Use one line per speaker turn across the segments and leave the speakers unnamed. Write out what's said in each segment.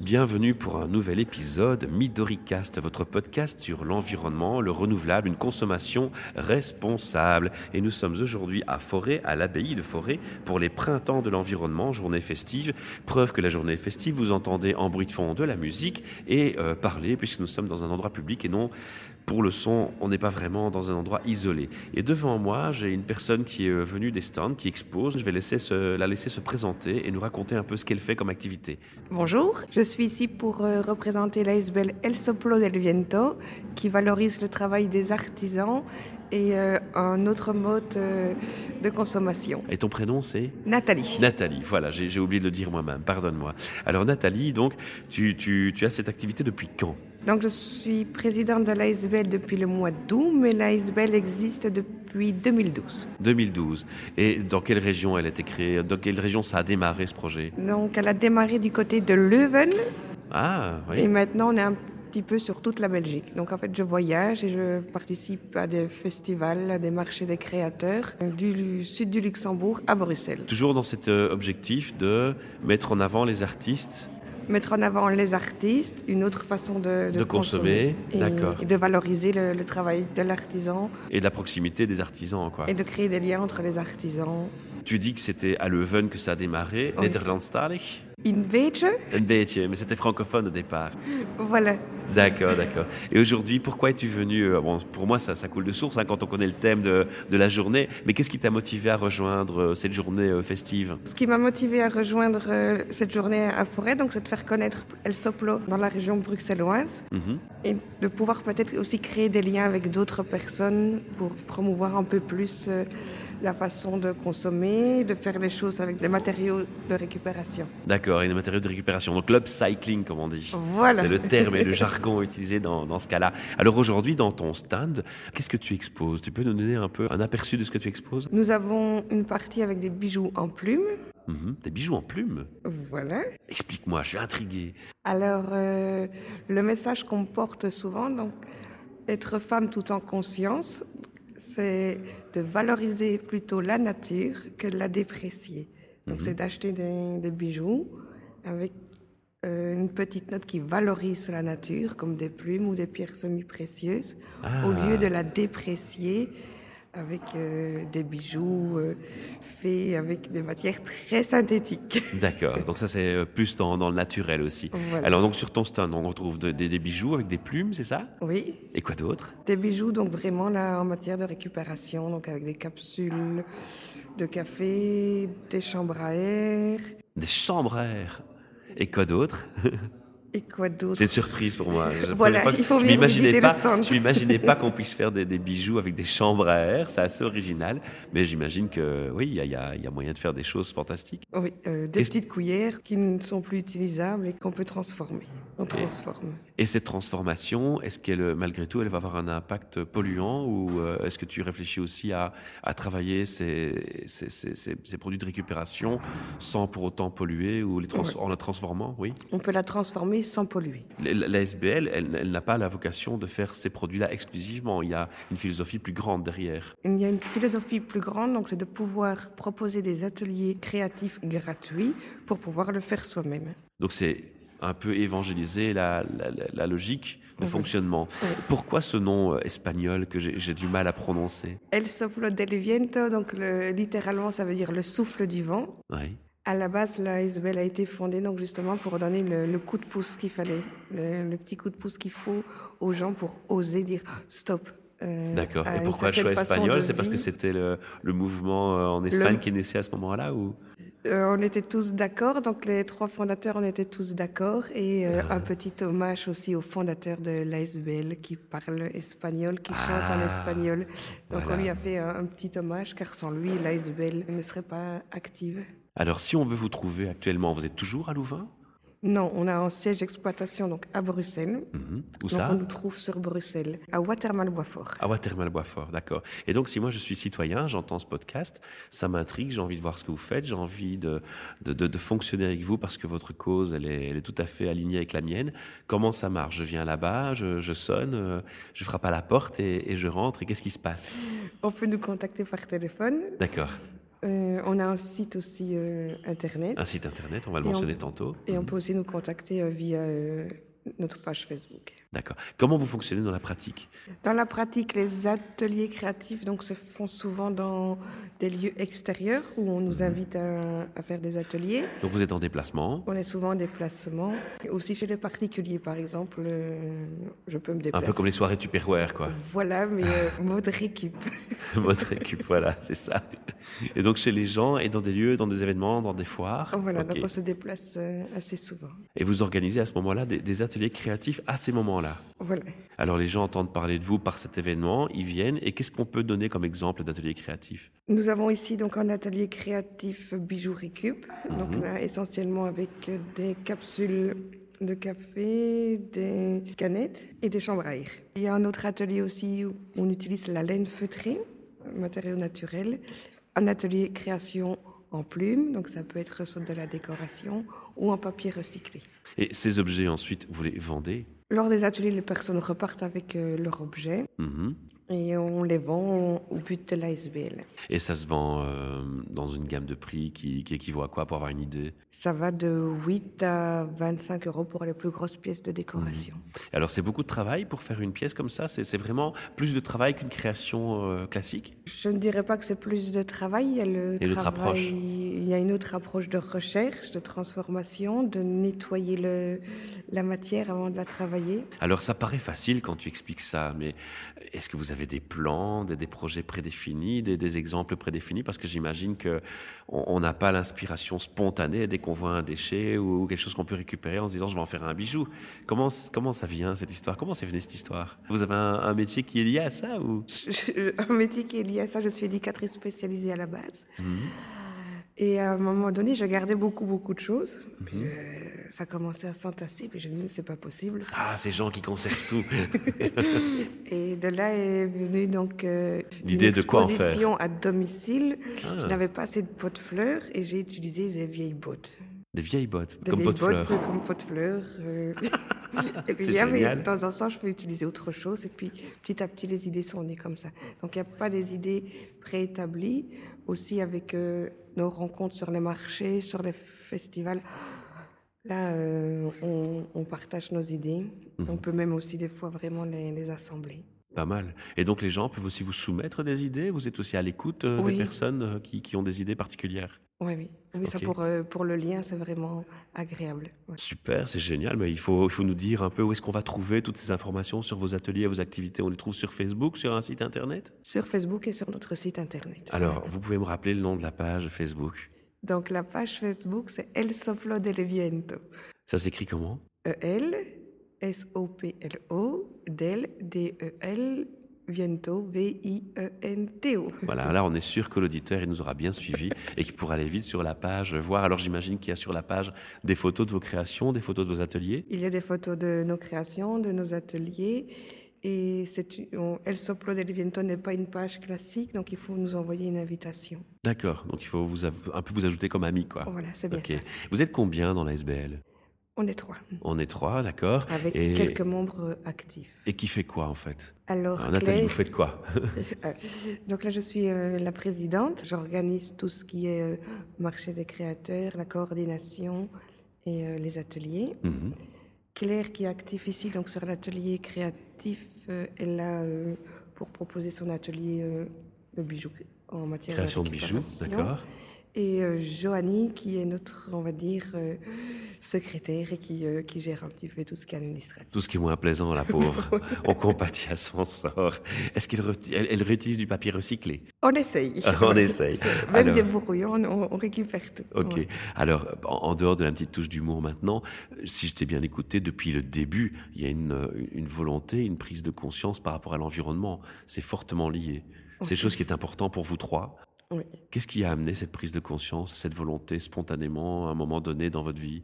Bienvenue pour un nouvel épisode Midoricast, votre podcast sur l'environnement, le renouvelable, une consommation responsable. Et nous sommes aujourd'hui à Forêt, à l'abbaye de Forêt, pour les printemps de l'environnement, journée festive. Preuve que la journée festive, vous entendez en bruit de fond de la musique et euh, parler, puisque nous sommes dans un endroit public et non pour le son, on n'est pas vraiment dans un endroit isolé. Et devant moi, j'ai une personne qui est euh, venue des stands, qui expose. Je vais laisser se- la laisser se présenter et nous raconter un peu ce qu'elle fait comme activité.
Bonjour, je suis ici pour euh, représenter l'ASBL El Soplo del Viento qui valorise le travail des artisans et euh, un autre mode euh, de consommation.
Et ton prénom, c'est
Nathalie.
Nathalie, voilà, j'ai j'ai oublié de le dire moi-même, pardonne-moi. Alors Nathalie, donc, tu, tu- tu as cette activité depuis quand
Donc je suis présidente de l'ASBL depuis le mois d'août, mais l'ASBL existe depuis 2012.
2012. Et dans quelle région elle a été créée Dans quelle région ça a démarré ce projet
Donc elle a démarré du côté de Leuven
Ah,
et
oui.
maintenant on est un petit peu sur toute la Belgique. Donc en fait je voyage et je participe à des festivals, à des marchés des créateurs euh, du sud du Luxembourg à Bruxelles.
Toujours dans cet euh, objectif de mettre en avant les artistes
mettre en avant les artistes, une autre façon de,
De consommer,
et-
d'accord.
et, de valoriser le, le travail de l'artisan
et de la proximité des artisans, quoi.
et de créer des liens entre les artisans.
Tu dis que c'était à Leuven que ça a démarré,
Oui.
Nederlandstalig
In Vege,
Een beetje, mais c'était francophone au départ.
voilà.
D'accord, d'accord. Et aujourd'hui, pourquoi es-tu venu euh, Bon, pour moi, ça, ça coule de source hein, quand on connaît le thème de, de la journée. Mais qu'est-ce qui t'a motivé à rejoindre euh, cette journée euh, festive
Ce qui m'a motivée à rejoindre euh, cette journée à Forêt, donc c'est de faire connaître El Soplo dans la région bruxelloise
Mhm.
et de pouvoir peut-être aussi créer des liens avec d'autres personnes pour promouvoir un peu plus euh, la façon de consommer, de faire les choses avec des matériaux de récupération.
D'accord, et les matériaux de récupération. Donc l'upcycling, comme on dit.
Voilà.
C'est le terme et le jargon utilisé dans, dans ce cas-là. Alors aujourd'hui, dans ton stand, qu'est-ce que tu exposes Tu peux nous donner un peu un aperçu de ce que tu exposes
Nous avons une partie avec des bijoux en plumes.
Mhm. Des bijoux en plumes
Voilà.
Explique-moi, je suis intrigué.
Alors, euh, le message qu'on porte souvent, donc, être femme tout en conscience, c'est de valoriser plutôt la nature que de la déprécier. Donc, c'est d'acheter des, des bijoux avec euh, une petite note qui valorise la nature, comme des plumes ou des pierres semi-précieuses, au lieu de la déprécier avec euh, des bijoux euh, faits avec des matières très synthétiques.
D'accord, donc ça c'est euh, plus dans, dans le naturel aussi.
Voilà.
Alors donc sur ton stand, on retrouve de- des- des bijoux avec des plumes, c'est ça
Oui,
Et quoi d'autre
Des bijoux, donc vraiment là en matière de récupération, donc avec des capsules de café, des chambres à air
Des chambres à air. Et quoi d'autre
et quoi d'autre
C'est une surprise pour moi. Je,
Voilà,
première fois,
il faut
je
venir
m'imaginais
visiter le
pas-
stand.
Je m'imaginais pas qu'on puisse faire des, des bijoux avec des chambres à air, c'est assez original. Mais j'imagine que oui, il y a, il y a- il y a moyen de faire des choses fantastiques.
Oui, euh, des
Qu'est-ce-
petites cuillères qui ne sont plus utilisables et qu'on peut transformer. On transforme.
Et cette transformation, est-ce qu'elle, malgré tout, elle va avoir un impact polluant ou euh, est-ce que tu réfléchis aussi à, à travailler ces, ces, ces- ces- ces produits de récupération sans pour autant polluer ou les trans- en les transformant, oui
On peut la transformer sans polluer.
La- La la SBL, elle, elle n'a pas la vocation de faire ces produits-là exclusivement. Il y a une philosophie plus grande derrière.
Il y a une philosophie plus grande, donc c'est de pouvoir proposer des ateliers créatifs gratuits pour pouvoir le faire soi-même.
Donc c'est un peu évangéliser la, la- la- la logique de fonctionnement.
Oui.
Pourquoi ce nom euh, espagnol que j'ai j'ai du mal à prononcer
El soplo del viento, donc le- littéralement ça veut dire le souffle du vent.
Oui.
À la base, la SBL a été fondée donc justement pour donner le, le coup de pouce qu'il fallait, le, le petit coup de pouce qu'il faut aux gens pour oser dire stop. euh,
D'accord.
à
Et
une
pourquoi le choix
certaine façon
espagnol
de
C'est parce que
vie.
c'était le, le mouvement euh, en Espagne
Le-
qui est naissait à ce moment-là ou
Euh, on était tous d'accord, donc les trois fondateurs, on était tous d'accord. Et euh,
Ah.
un petit hommage aussi au fondateur de l'ASBL qui parle espagnol, qui chante en
Ah,
espagnol. Donc
voilà.
on lui a fait un, un petit hommage, car sans lui, l'ASBL ne serait pas active.
Alors si on veut vous trouver actuellement, vous êtes toujours à Louvain
Non, on a un siège d'exploitation donc à Bruxelles.
Mhm. Où
Donc,
ça
on nous trouve sur Bruxelles, à Watermal-Boisfort.
Ah ouais, Thermal Boisfort, d'accord. Et donc, si moi je suis citoyen, j'entends ce podcast, ça m'intrigue, j'ai envie de voir ce que vous faites, j'ai envie de, de, de- de fonctionner avec vous parce que votre cause, elle est, elle est tout à fait alignée avec la mienne. Comment ça marche Je viens là-bas, je, je sonne, euh, je frappe à la porte et, et je rentre, et qu'est-ce qui se passe
On peut nous contacter par téléphone
D'accord.
Euh, on a un site aussi euh, internet
Un site internet, on va le
Et on-
mentionner tantôt.
et on peut aussi nous contacter euh, via euh, notre page Facebook.
D'accord. Comment vous fonctionnez dans la pratique
Dans la pratique, les ateliers créatifs donc, se font souvent dans des lieux extérieurs où on nous invite à, à faire des ateliers.
Donc vous êtes en déplacement,
On est souvent en déplacement. Et Aussi chez les particuliers, par exemple, euh, je peux me
un
déplacer.
peu comme les soirées Tupperware, quoi.
Voilà, mais euh, mode récup.
Votre récup, voilà, c'est ça. Et donc chez les gens et dans des lieux, dans des événements, dans des foires.
voilà,
Ok.
donc on se déplace euh, assez souvent.
Et vous organisez à ce moment-là des, des ateliers créatifs à ces moments-là.
Voilà.
Alors les gens entendent parler de vous par cet événement, ils viennent. Et qu'est-ce qu'on peut donner comme exemple d'atelier créatif
Nous avons ici donc un atelier créatif bijoux récup, donc là essentiellement avec des capsules de café, des canettes et des chambres à air. Il y a un autre atelier aussi où on utilise la laine feutrée, matériau naturel, un atelier création en plumes, donc ça peut être sur de la décoration ou en papier recyclé.
Et ces objets ensuite, vous les vendez
Lors des ateliers, les personnes repartent avec euh, leur objet
Mhm.
et on les vend au but de l'ASBL.
Et ça se vend euh, dans une gamme de prix qui, qui équivaut à quoi pour avoir une idée
Ça va de 8 à 25 euros pour les plus grosses pièces de décoration.
Alors c'est beaucoup de travail pour faire une pièce comme ça, c'est c'est vraiment plus de travail qu'une création euh, classique
Je ne dirais pas que c'est plus de travail. Il y a le
Et l'autre
travail-
approche.
Il y a une autre approche de recherche, de transformation, de nettoyer le, la matière avant de la travailler.
Alors ça paraît facile quand tu expliques ça, mais est-ce que vous avez des plans, des, des projets prédéfinis, des, des exemples prédéfinis Parce que j'imagine que on on n'a pas l'inspiration spontanée dès qu'on voit un déchet ou, quelque chose qu'on peut récupérer en se disant je vais en faire un bijou. Comment, c- comment ça vient cette histoire Comment c'est venu cette histoire Vous avez un, un métier qui est lié à ça ou
Je- je- un métier qui est lié à ça, je suis éducatrice spécialisée à la base. Et à un moment donné, je gardais beaucoup, beaucoup de choses. Puis, euh, ça commençait à s'entasser, puis je me disais, c'est pas possible.
Ah, ces gens qui conservent tout
Et de là est venue donc euh,
L'idée
une
de quoi en faire.
exposition à domicile.
Ah.
Je n'avais pas assez de pots de fleurs et j'ai utilisé des vieilles bottes.
Des vieilles bottes,
Des
comme
vieilles
bottes fleurs.
bottes comme pots de fleurs. euh. et puis
C'est
bien, mais
génial.
de temps en temps, je peux utiliser autre chose. Et puis petit à petit, les idées sont nées comme ça. Donc il n'y a pas des idées préétablies. Aussi avec euh, nos rencontres sur les marchés, sur les festivals. Là, euh, on, on partage nos idées.
Mhm.
On peut même aussi des fois vraiment les- les assembler.
Pas mal. Et donc les gens peuvent aussi vous soumettre des idées Vous êtes aussi à l'écoute euh,
Oui.
des personnes euh, qui- qui ont des idées particulières
Oui, oui. Oui, ça
Ok.
pour, euh, pour le lien, c'est vraiment agréable. Ouais.
Super, c'est génial, mais il faut, il faut nous dire un peu où est-ce qu'on va trouver toutes ces informations sur vos ateliers, vos activités. On les trouve sur Facebook, sur un site internet
Sur Facebook et sur notre site internet.
Alors, vous pouvez me rappeler le nom de la page Facebook
Donc la page Facebook, c'est El Soplo del Viento.
Ça s'écrit comment
E-L, S-O-P-L-O, del, D-E-L, Viento, E V-I-E-N-T-O.
Voilà, là on est sûr que l'auditeur il nous aura bien suivi et qu'il pourra aller vite sur la page voir. Alors j'imagine qu'il y a sur la page des photos de vos créations, des photos de vos ateliers.
Il y a des photos de nos créations, de nos ateliers. Et c'est une- on- El Soplo del Viento n'est pas une page classique, donc il faut nous envoyer une invitation.
D'accord, donc il faut vous av- un peu vous ajouter comme ami quoi.
Voilà, c'est bien
Ah, Ok.
ça.
Vous êtes combien dans la SBL
On est trois,
On est trois, d'accord.
avec
et,
quelques membres actifs.
et qui fait quoi en fait
Alors,
Alors, Ah, Nathalie,
Claire-
vous faites quoi
Euh, Donc là, je suis euh, la présidente. J'organise tout ce qui est euh, marché des créateurs, la coordination et euh, les ateliers.
Mhm.
Claire, qui est active ici donc sur l'atelier créatif, euh, elle a euh, pour proposer son atelier euh, de bijoux en matière
Création
de
de bijoux,
récupération.
d'accord.
Et euh, Joanie, qui est notre, on va dire, euh, secrétaire et qui, euh, qui gère un petit peu tout ce qui est administratif.
Tout ce qui est moins plaisant, la pauvre. On compatit à son sort. Est-ce qu'elle re- elle, elle réutilise du papier recyclé
On essaye.
On essaye.
Même
Alors,
des brouillons, on, on récupère tout.
Ok.
Ouais.
Alors, en, en dehors de la petite touche d'humour maintenant, euh, si je t'ai bien écouté, depuis le début, il y a une, euh, une volonté, une prise de conscience par rapport à l'environnement. C'est fortement lié. C'est
Ok.
chose qui est important pour vous trois.
Oui.
Qu'est-ce qui a amené cette prise de conscience, cette volonté spontanément à un moment donné dans votre vie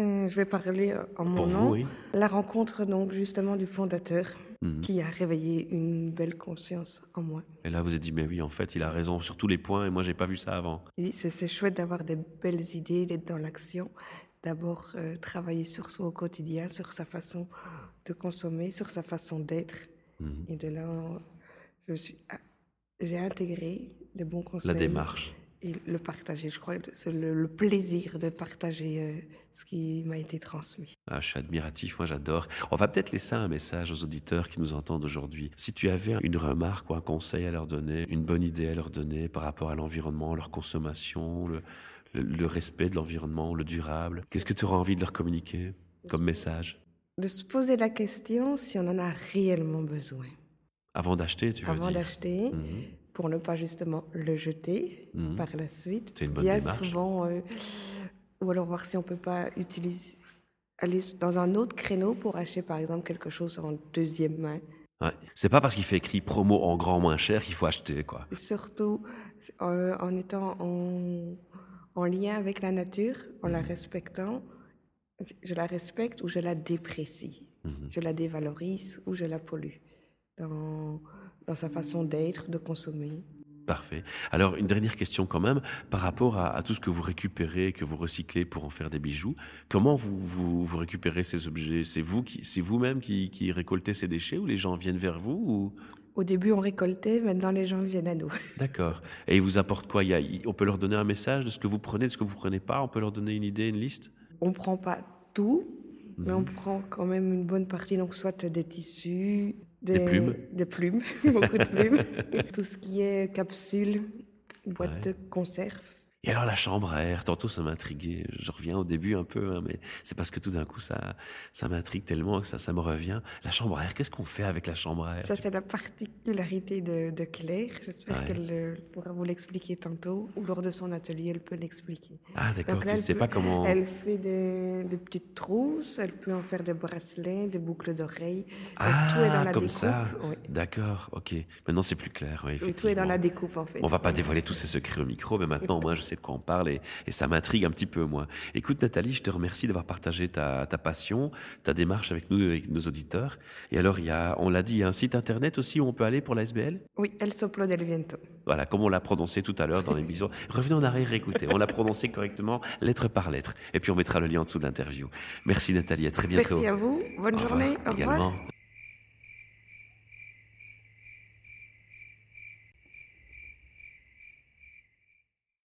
Euh, je vais parler euh, en mon
Pour
nom.
vous, oui
La rencontre donc justement du fondateur
Mhm.
qui a réveillé une belle conscience en moi.
Et là, vous êtes dit, mais oui, en fait, il a raison sur tous les points et moi, j'ai pas vu ça avant.
Il dit c'est c'est chouette d'avoir des belles idées, d'être dans l'action. D'abord euh, travailler sur soi au quotidien, sur sa façon de consommer, sur sa façon d'être.
Mhm.
Et de là, on- je suis, ah, j'ai intégré les bons conseils.
La démarche.
et le partager. Je crois que c'est le, le plaisir de partager euh, ce qui m'a été transmis.
Ah, je suis admiratif, moi j'adore. On va peut-être laisser un message aux auditeurs qui nous entendent aujourd'hui. Si tu avais une remarque ou un conseil à leur donner, une bonne idée à leur donner par rapport à l'environnement, leur consommation, le, le, le respect de l'environnement, le durable, qu'est-ce que tu auras envie de leur communiquer comme message
De se poser la question si on en a réellement besoin.
Avant d'acheter, tu veux
Avant
dire
d'acheter,
Mhm.
pour ne pas justement le jeter
Mhm.
par la suite.
C'est une bonne
Il y a
démarche.
souvent, euh, ou alors voir si on peut pas utiliser, aller dans un autre créneau pour acheter par exemple quelque chose en deuxième main.
Ouais. C'est pas parce qu'il fait écrit promo en grand moins cher qu'il faut acheter, quoi.
Et surtout euh, en étant en, en lien avec la nature, en
Mhm.
la respectant. Je la respecte ou je la déprécie.
Mhm.
Je la dévalorise ou je la pollue dans, dans sa façon d'être, de consommer.
Parfait. Alors, une dernière question quand même, par rapport à, à tout ce que vous récupérez, que vous recyclez pour en faire des bijoux, comment vous, vous, vous récupérez ces objets C'est vous qui, c'est vous-même qui, qui récoltez ces déchets ou les gens viennent vers vous ou...
Au début, on récoltait, maintenant les gens viennent à nous.
D'accord. Et ils vous apportent quoi Il y a- il- On peut leur donner un message de ce que vous prenez, de ce que vous prenez pas On peut leur donner une idée, une liste
On prend pas tout, mais
Mhm.
on prend quand même une bonne partie, donc soit des tissus,
Des plumes.
des plumes, beaucoup de plumes, tout ce qui est capsules, boîtes
Ouais.
de conserve.
Et alors la chambre à air, tantôt ça m'intriguait, je reviens au début un peu, hein, mais c'est parce que tout d'un coup ça, ça m'intrigue tellement que ça, ça me revient. La chambre à air, qu'est-ce qu'on fait avec la chambre à air
Ça, c'est la particularité de, de Claire. J'espère
Ouais.
qu'elle euh, pourra vous l'expliquer tantôt ou lors de son atelier, elle peut l'expliquer.
Ah d'accord,
Donc là,
tu
elle
sais
peut-
pas comment...
Elle fait des, des petites trousses, elle peut en faire des bracelets, des boucles d'oreilles. Donc, tout est dans la
Ah, comme
découpe.
ça
oui.
D'accord, ok. Maintenant c'est plus clair, oui,
Oui, tout est dans la
effectivement.
découpe, en fait.
On va pas dévoiler tous ces secrets au micro, mais maintenant, moi, je sais de quoi on parle et, et ça m'intrigue un petit peu, moi. Écoute, Nathalie, je te remercie d'avoir partagé ta, ta passion, ta démarche avec nous, avec nos auditeurs. Et alors, il y a, on l'a dit, il y a un site internet aussi où on peut aller pour la SBL.
Oui, elle soplo del viento.
Voilà, comme on l'a prononcé tout à l'heure dans l'émission. Revenez en arrière, écoutez. On l'a prononcé correctement, lettre par lettre. Et puis, on mettra le lien en dessous de l'interview. Merci, Nathalie. À très bientôt.
Merci à vous. Bonne
Au revoir
journée. Au revoir.
également.